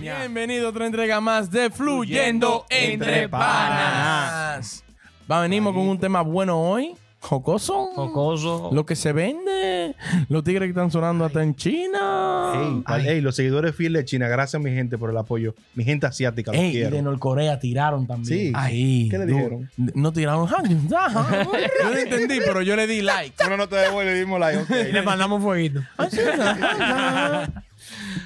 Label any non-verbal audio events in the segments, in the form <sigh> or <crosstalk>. Bienvenido a otra entrega más de Fluyendo Entre Panas. Va, venimos con un tema bueno hoy. Jocoso. Jocoso. Lo que se vende. Los tigres que están sonando hasta en China. Ey, Ay. ey, los seguidores fieles de China, gracias mi gente por el apoyo. Mi gente asiática, los Ey, y quiero. de Norcorea tiraron también. Sí. Ahí. ¿Qué le No, dijeron? No, tiraron. <laughs> yo no entendí, pero yo le di like. Uno no te devuelve, le dimos <laughs> like. Y ok. le mandamos fueguito.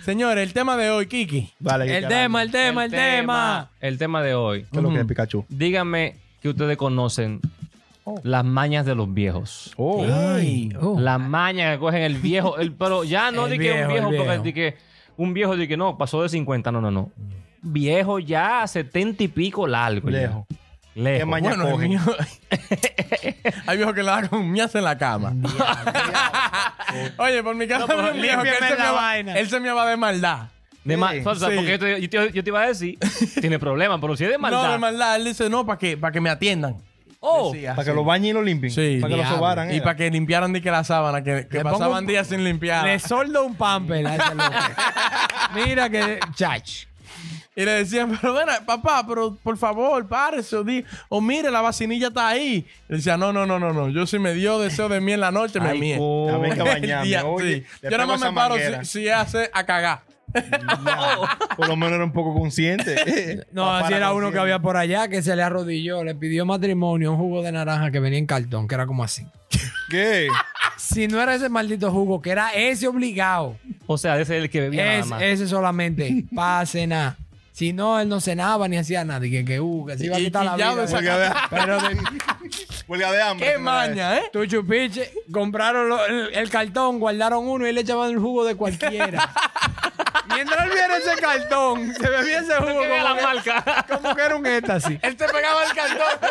Señores, el tema de hoy, Kiki. Vale, El caramba. tema, el tema, el tema. El tema de hoy. ¿Qué es lo que es Pikachu? Díganme que ustedes conocen las mañas de los viejos. Oh. Ay. Las mañas que cogen el viejo. el- pero ya no El di que viejo, un viejo, el porque viejo. di que un viejo di que no, pasó de 50. No, no, no. Viejo ya, 70 y pico largo. ya. Lejos. Lejos. ¿Qué maña Bueno, el cogen? mío. <laughs> Hay viejos que la dan con mías en la cama. <laughs> Oye, por mi casa no, un viejo que él límpiame se, la me va, vaina. él se me va de maldad. De ma- Sí, o sea, sí. Porque yo te, yo te- yo te iba a decir, tiene problemas, pero si es de maldad. No, de maldad. Él dice, no, para que, para que me atiendan. Oh, Decía. Para que lo bañen y lo limpien. Sí. para que lo diablo. sobaran. Y eh. para que limpiaran de que la sábana, que, que Le pongo pasaban un- días sin limpiar. Le soldo un pamper a <laughs> ese loco. Mira que... Chach. Y le decían, pero bueno, papá, pero por favor, párese. O, di- o mire, la vacinilla está ahí. Y decía, no, no, no, no, no. Yo si me dio deseo de mí en la noche, me Ay, mié. co- También hay que bañarme. El <laughs> día- Oye, sí. le Yo nada pego más esa me paro manguera. si, si hace a cagar. Por lo menos era un poco <laughs> consciente. No, Papá así era uno consciente. que había por allá que se le arrodilló, le pidió matrimonio, un jugo de naranja que venía en cartón, que era como así. ¿Qué? Si no era ese maldito jugo, que era ese obligado, o sea, ese es el que bebía es, nada más. <laughs> ese solamente, para cenar. Si no, él no cenaba ni hacía nada. Y que, que, uh, que se iba a Y- quitar y la ya vida. de Huelga de, Pero de- huelga de hambre. ¡Qué primera vez. maña, eh! Tuchu Piche, compraron lo- el, el cartón, guardaron uno y le echaban el jugo de <laughs> cualquiera. Mientras él viera ese cartón, se bebía ese jugo Que vea la como, marca. que- como que era un éxtasis. Él te pegaba el cartón.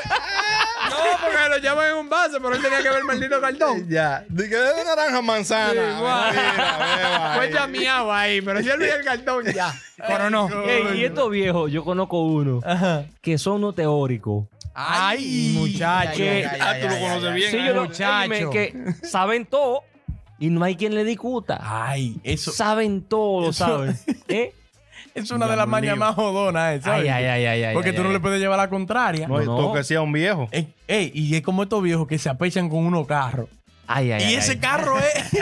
No, porque lo llaman en un vaso, pero él tenía que ver el maldito cartón. Ya. Dije, de naranja manzana. Sí, guau. Mentira, beba, Fue Pues eh. chameado ahí, pero si él veía el cartón <laughs> ya. Pero no. Ey, y estos viejos, yo conozco uno Ah. que son unos teóricos. Ay, muchacho. que- Ah, tú lo conoces bien. Sí, ¿eh? yo lo- muchacho. óyeme, <laughs> que saben todo y no hay quien le discuta. Ay, Ah, eso, Saben todo, lo Eso- <laughs> saben. ¿Eh? es una de las mañas más jodonas, eh, ¿sabes? Ay, ay, ay, ay, ay, Porque ay, tú no ay. le puedes llevar la contraria. No, No. toca así a un viejo. Ey, ey, y es como estos viejos que se apechan con unos carros. Ay, ay, Y ay, ese ay. carro <laughs> es,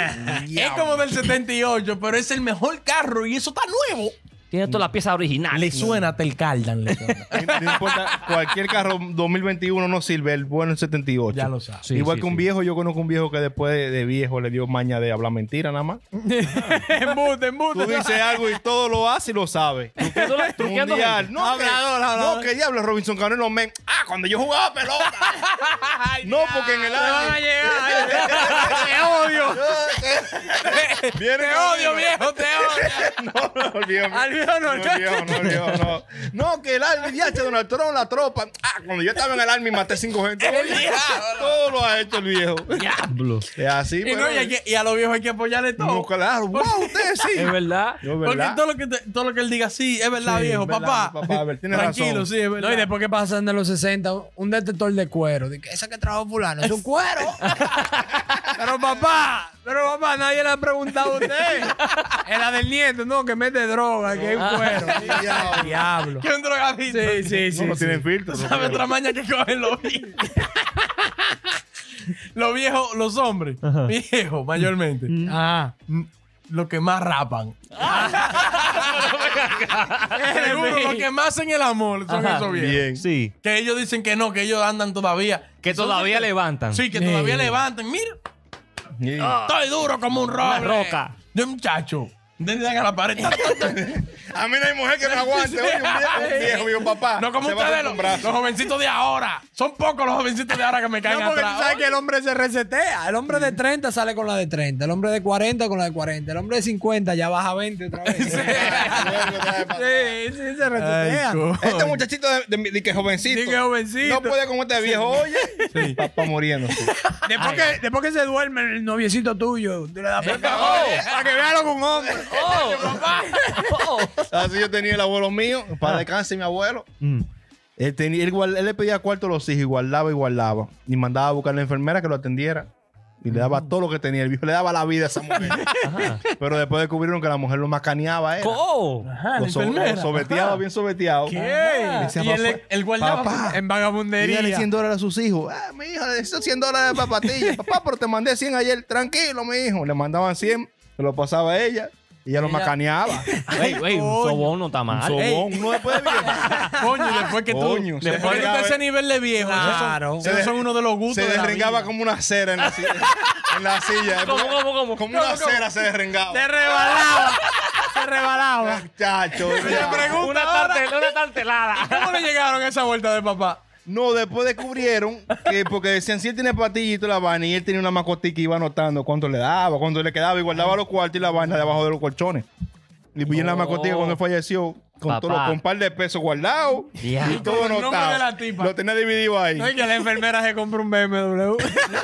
es como del 78, pero es el mejor carro y eso está nuevo. Tiene toda la pieza original. Le suena hasta el Cardan, le suena. No no importa, cualquier carro 2021 no sirve, el bueno es 78. ya lo <laughs> sabes. Sí, Igual sí, que un sí. viejo, yo conozco un viejo que después de, de viejo le dio maña de hablar mentira nada más. embuste, Tú embuste. dices algo y todo lo hace y lo sabe. <laughs> Truqueando la- truqueando Mundial. gente. No, Hablador, que, hablador. no, que diablo, Robinson Cano y los men. Ah, cuando yo jugaba pelota. <laughs> no, porque en el Te van a año. llegar. <laughs> te odio. Viene Te Camilo. odio, viejo, te odio. <laughs> No, no, el viejo. Al viejo no. No, el viejo, no, el viejo, no. No, que el Army, diache, Donald Trump, la tropa. Ah, cuando yo estaba en el Army maté cinco gente. El diablo. Todo lo ha hecho el viejo. Diablo. Es así, Y, pero. no, y, hay que- y a los viejos hay que apoyarle todo. No, <laughs> claro. Wow, ustedes sí. Es verdad. Yo, Porque ¿verdad? todo lo, que te- todo lo que él diga, sí, es verdad, Sí, viejo, verdad, papá. papá, a ver, tiene Tranquilo, razón. sí, es verdad. No, y después que pasan de los 60, un detector de cuero. Dice, esa que trajo fulano, es un cuero. <laughs> pero papá, pero papá, nadie le ha preguntado a <laughs> usted. Era del nieto, no, que mete droga, que es un <laughs> cuero. Diablo. Diablo. que un drogadito. Sí, sí, No, sí. no tienen filtro. ¿Sabe otra maña que cogen los viejos? los viejos, los hombres, viejos mayormente, Ah. los que más rapan. Seguro, los que más hacen el amor son Ajá. esos viejos. Bien. Sí. Que ellos dicen que no, que ellos andan todavía. Que Son- todavía levantan. Sí, que Sí. todavía levantan. Mira, Ah, Sí. estoy duro como un roble. roca. De muchacho. Denle a la <laughs> pared. <laughs> A mí no hay mujer que me aguante. Oye, un viejo, un viejo, yo, papá. No como se va ustedes, con un los, brazo. los jovencitos de ahora. Son pocos los jovencitos de ahora que me caen No, porque atrás. tú sabes que <laughs> el hombre se resetea. El hombre de 30 sale con la de 30. El hombre de 40 con la de 40. El hombre de 50 ya baja 20 otra vez. <laughs> sí, sí, Vuelve otra vez para atrás. se resetea. Ay, coño. Este muchachito de, de- de que jovencito. Ni que jovencito. No puede con este viejo, oye. Papá muriéndose. <laughs> Después, que, después que se duerme el noviecito tuyo, tú le das pena. Para que vean lo que un hombre. <laughs> Oh, Oh. Así Ah, yo tenía el abuelo mío, Ah. para descansar mi abuelo. Mm. Él, tenía, él, guard- él le pedía cuarto a los hijos y guardaba y guardaba. Y mandaba a buscar a la enfermera que lo atendiera. Y le daba todo lo que tenía. El viejo le daba la vida a esa mujer. Pero después descubrieron que la mujer lo macaneaba a él. ¡Oh! Ajá, Lo, so- lo sobeteaba, bien sobeteado. ¿Qué? decía, Y el, "Papá, el guardaba papá". En Y vagabundería. dale 100 dólares a sus hijos. Ah, mi hijo, necesito 100 dólares para patillas. Papá, pero te mandé 100 ayer. Tranquilo, mi hijo. Le mandaban 100, se lo pasaba a ella y ella lo Ella- macaneaba. Ey, ey, un soborno está mal. Un sobón, uno después de viejo. Ah, <laughs> Coño, y después que tú. Coño, después se que tú desringaba. estás a ese nivel de viejo. Claro. Esos son, esos son uno de los gustos. Se de la derrengaba vida. como una cera en la silla. en la silla. ¿Cómo, cómo, cómo? Como una cera se derrengaba. <laughs> Se rebalaba. se rebalaba. Chacho, ya. Una, tartel, una tartelada. ¿Cómo le llegaron a esa vuelta de papá? No, después descubrieron que porque decían si él tiene patilla y toda la vaina y él tenía una mascotica y iba anotando cuánto le daba, cuánto le quedaba y guardaba los cuartos y la vaina debajo de los colchones. Y vi en la Oh. mascotica cuando él falleció con, Papá. todo, lo- con un par de pesos guardados Ya. y todo Con el nombre anotado. de la tipa. Lo tenía dividido ahí. No, y que la enfermera se compró un BMW. <laughs>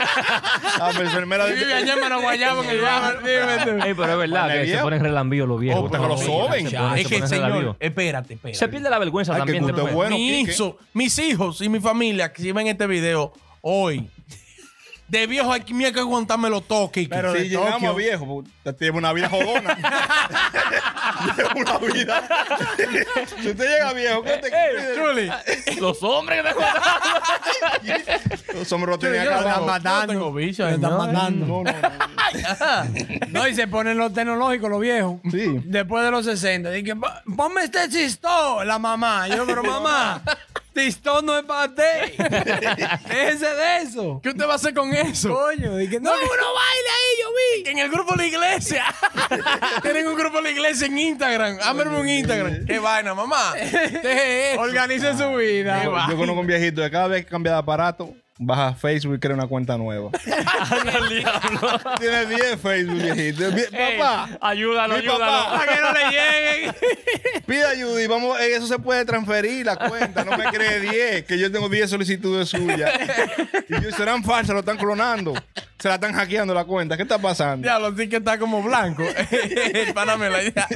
La enfermera y vive dice, allá en Managuayabo, en el barrio. Dime tú. Ey, pero es verdad Ponle que se viejo. ponen relambíos los viejos. Oh, puta, que bro. lo Sí, soben. se ponen- es se que, ponen relambíos. señor, espérate, espérate. Se pierde la vergüenza Ay, que también. de gusto los bueno. Mi ¿qué- qué? hijo, mis hijos y mi familia que si ven este video hoy. De viejo hay que, mira que aguantarme los toques. Kiki. si llegamos a viejo, puta, tiene una vida <laughs> jodona. Tiene una <laughs> vida. si usted llega viejo, ¿qué te Chuli, hombres. Los hombres que te acuerdas. Los hombros lo yo tenía no cargado. tengo- matando. yo no tengo bicho, Me ay, están no. matando. No, no, no. No, y se ponen los tecnológicos, los viejos. Sí. Después de los 60. Dije, "Pa- ponme este chistó, la mamá. Yo, <laughs> pero mamá, chistó no es para ti. Déjese de eso. ¿Qué usted va a hacer con eso? Coño, dije, no, que uno baile ahí, yo vi. En el grupo de la iglesia. <laughs> Tienen un grupo de la iglesia en Instagram. Ámeme un Instagram. Qué vaina, mamá. Deje eso. organice su vida. Qué va. Yo conozco un viejito que cada vez que cambia de aparato, baja a Facebook y crea una cuenta <laughs> nueva. Tiene 10 Facebook, viejito. Vi- Ey, Papá, Ayúdalo, Mi papá. ayúdalo. Para que no le <laughs> lleguen. pida ayuda y vamos, eh, eso se puede transferir la cuenta. No me cree 10, que yo tengo 10 solicitudes <laughs> suyas. Y yo, serán falsas, lo están clonando. Se la están hackeando la cuenta. ¿Qué está pasando? Diablo, sí que está como blanco. <laughs> el pana me la ya.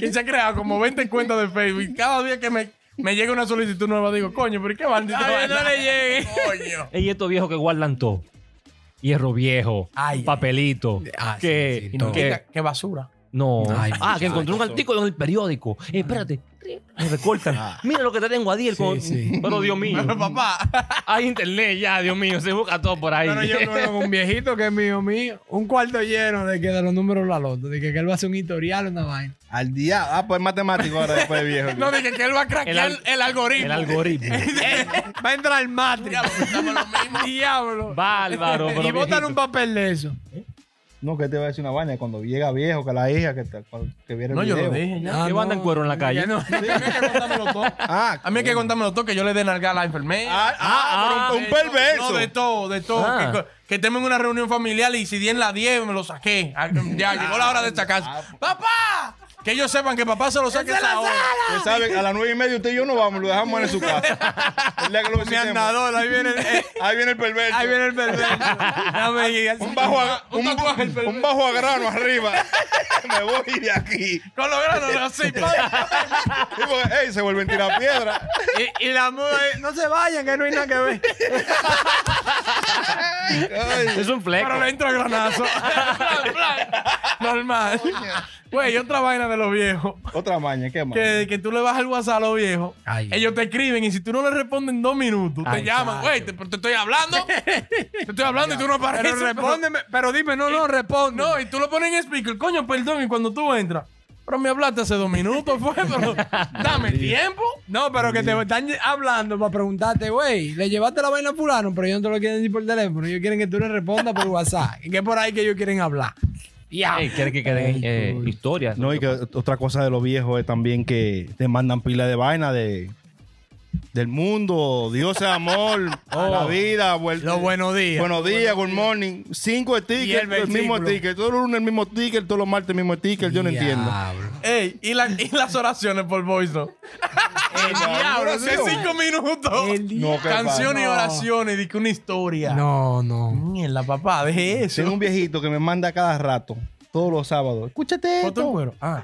Que se ha creado como 20 cuentas de Facebook. Cada día que me, me llega una solicitud nueva, digo, coño, pero qué maldito. Ay, no le llegue. Coño. Y estos viejos que guardan todo. Hierro viejo, Ay, papelito. Ah, sí, que, sí, todo. que- Qué, qué basura. no. Ay, ah, muchacho. que encontré un artículo en el periódico. Eh, espérate. Me recortan. Mira lo que te tengo a Diel. con- sí. Pero Dios mío. Pero papá, <laughs> Hay internet ya, Dios mío. Se busca todo por ahí. Pero yo <laughs> conozco un viejito que es mío, mío. Un cuarto lleno de que de los números la loto. De que, que él va a hacer un historial, una vaina. Al diablo. Ah, pues es matemático ahora después de viejo. <laughs> no dije que él va a craquear el, El al- el algoritmo. el algoritmo. Va a entrar al Matrix. Diablo, estamos lo mismo. Diablo. Bárbaro. pero y botan viejito. un papel de eso. No, que te va a decir una vaina. Cuando llega viejo, que la hija, que, te- que viera el No, yo lo video. dije ya. Que andan cuero en la calle. Ya no. Ah, A mí hay que contármelo todo, que yo le dé nalga a la enfermera. Ah, ah, pero un, un perverso. No, de todo, de todo. Ah. Que, que estemos en una reunión familiar y si di en la 10 me lo saqué. Ah, Ya llegó la hora de sacarse. ¡Papá! Que ellos sepan que papá se lo saque a esa hora. Usted sabe, a las nueve y media usted y yo no vamos, lo dejamos en su casa. El día <laughs> que lo Mi visitemos. andador, ahí viene el, eh, Ahí viene el perverso. ahí viene el perverso. Déjame ir. un bajo a, un, tatuaje, el perverso. un bajo a grano arriba. <laughs> Me voy de aquí. Con los granos así, papá. Y porque, ey, se vuelven a tirar piedra. Y, y la muda, eh, no se vayan, que no hay nada que ver. Ay, Es un fleco. Pero le entra el <laughs> granazo. Plan, plan. Normal. Güey, otra vaina de los viejos. otra maña, qué más. Que, que tú le vas al WhatsApp a los viejos. Ay. ellos te escriben y si tú no le respondes en dos minutos, Ay, te llaman. Güey, te, pero te estoy hablando. te estoy hablando y tú no apareces. Pero respóndeme, pero dime, no, no, responde. No, y tú lo pones en speaker, coño, perdón, y cuando tú entras, pero me hablaste hace dos minutos, fue, pero <laughs> dame tiempo. No, pero que te están ll- hablando para preguntarte, güey, le llevaste la vaina a fulano, pero ellos no te lo quieren decir por teléfono. Ellos quieren que tú le respondas por WhatsApp. Y que es por ahí que ellos quieren hablar. Ya. Ey, quiere que queden eh, historias. No, y que otra cosa de los viejos es también que te mandan pila de vaina de del mundo, Dios es amor, la vida, vuelta. Los buenos días. Buenos días, good morning. Cinco Y stickers, el el, mismo versículo. sticker. Todos los lunes el mismo sticker, todos los martes el mismo sticker. Yo no entiendo. Diablo. Ey, y, la- y las oraciones por voice, ¿no? <laughs> diablo, Diablo, tío. son cinco minutos. El No, qué Canciones y no. oraciones, di que una historia. No, no. Mierda, papá, deje eso. Tengo un viejito que me manda cada rato, todos los sábados. Escúchate Foto en esto. cuero. Ah.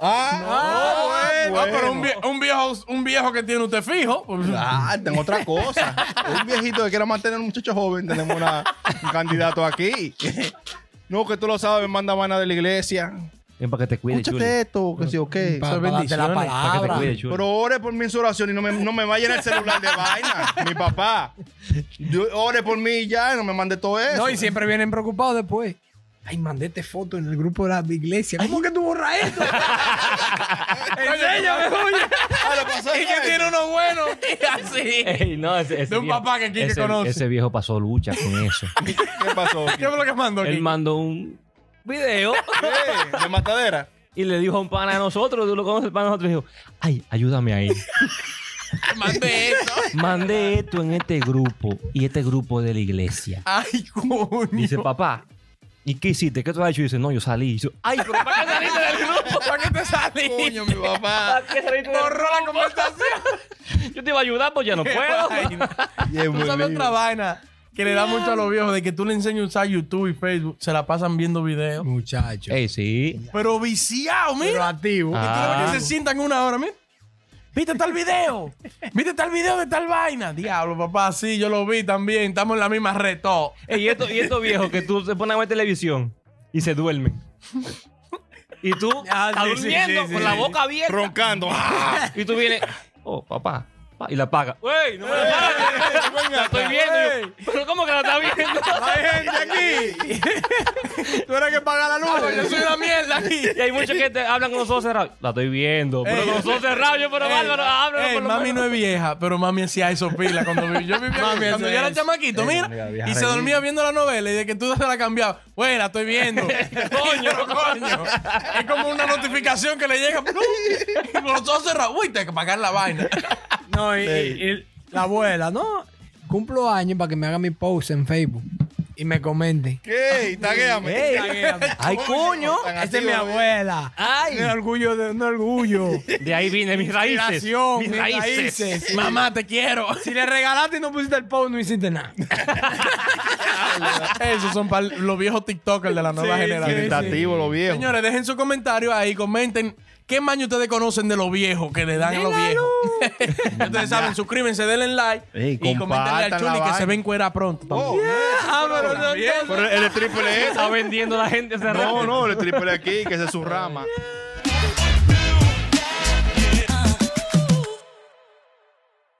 Ah, Ah, pero un, vie- un viejo, un viejo que tiene usted <laughs> fijo. pues, Ah, tengo otra cosa. Un viejito que quiera mantener a un muchacho joven, tenemos una- un candidato aquí. <laughs> No, que tú lo sabes, me manda mana de la iglesia. Ven para que te cuide, Chuli. Escúchate esto, que sí, ok. Eso Para, es darte la bendiciones, para que Para que te palabra. cuide, Chuli. Pero ore por mí en su oración y no me, no me vaya en el celular de vaina, mi papá. Yo- ore por mí y ya, no me mande todo eso. No, y siempre vienen preocupados después. Ay, mandete foto en el grupo de la iglesia. ¿Cómo que tú borras esto? Enséñame, oye. Ah, ¿le pasó <laughs> Y que eso? tiene uno bueno. <laughs> Y así. Ey, no, ese- ese De un viejo- papá que Quique ese- conoce. Ese viejo pasó lucha con <laughs> eso. ¿Qué pasó? ¿Qué fue lo que mandó aquí? Él mandó un video ¿Qué? ¿De matadera? y le dijo a un pana de nosotros, tú lo conoces, el pana de nosotros, y dijo, ay, ayúdame ahí. Mandé eso. Mandé esto en este grupo y este grupo de la iglesia. Ay, coño. Dice, papá, ¿y qué hiciste? ¿Qué tú has hecho? Y dice, no, yo salí. Y yo, ay, pero ¿para qué saliste del grupo? ¿Para qué te salí? Coño, mi papá. ¿Para qué saliste del Borró la <laughs> conversación. grupo? Yo te iba a ayudar, <laughs> pues ya no puedo. Y es Tú muy sabes lindo. otra vaina que le da mucho a los viejos de que tú le enseñas a usar YouTube y Facebook, se la pasan viendo videos. Muchacho. Ey, sí. Pero viciado, Pero mira. activo. Y tú lo ves Ah. que se sientan una hora, mira. ¿Viste tal video? ¿Viste tal video de tal vaina? Diablo, papá, sí, yo lo vi también. Estamos en la misma red todo. Ey, y estos y estos viejos que tú se pones a ver televisión y se duermen. Y tú Ah, estás sí, sí, durmiendo sí, sí, con la sí. boca abierta. Roncando. ¡Ah! Y tú vienes, oh, papá, pa", y la apaga. ¡Ey, no me la ey, apagues! ven <laughs> La estoy acá, viendo. Y yo, ey. ¿Pero cómo que la estás viendo? ¡Hay gente aquí! ¡Tú eres que paga la Ah, pues yo luz! soy una mierda aquí. Y hay muchos que te hablan con los ojos cerrados. La estoy viendo. Pero Ey. con los ojos cerrados, yo, pero Ey, bárbaro, ábrelo ey, por lo mami menos. no es vieja, pero mami hacía eso pila cuando vi- yo vivía Mami, cuando eso yo era es. chamaquito, Ey, mira, mira, vieja y se reída. dormía viendo la novela y de que tú se la cambiabas. Bueno, estoy <laughs> viendo. Coño. Pero, coño. Es como una notificación que le llega ¡plum! y con los ojos cerrados. Uy, tengo que pagar la vaina. No, y, Ey. <laughs> y- y la abuela, ¿no? Cumplo años para que me haga mi post en Facebook y me comente. ¿Qué? Y taguéame. ¡Ay, coño! Tan Esta activo, es mi eh. abuela. Ay. Un orgullo, de, un orgulullo. De ahí viene mis raíces. Inspiración, Mis mis raíces. raíces. Mamá, te quiero. <laughs> Si le regalaste y no pusiste el post, no hiciste nada. Esos son pa- los viejos TikTokers de la nueva Sí, generación. Tentativo, lo viejo. Señores, dejen sus comentarios ahí, comenten qué maño ustedes conocen de los viejos que le dan a los viejos. ustedes saben, suscríbanse, denle like Ey, y compartan comentenle al la Chuli que vaina. se ven cuera pronto. Oh, también. Ah, pero no, Pero el triple E, S. Está vendiendo la gente cerrada. E No, no, el triple aquí, que ese es su rama.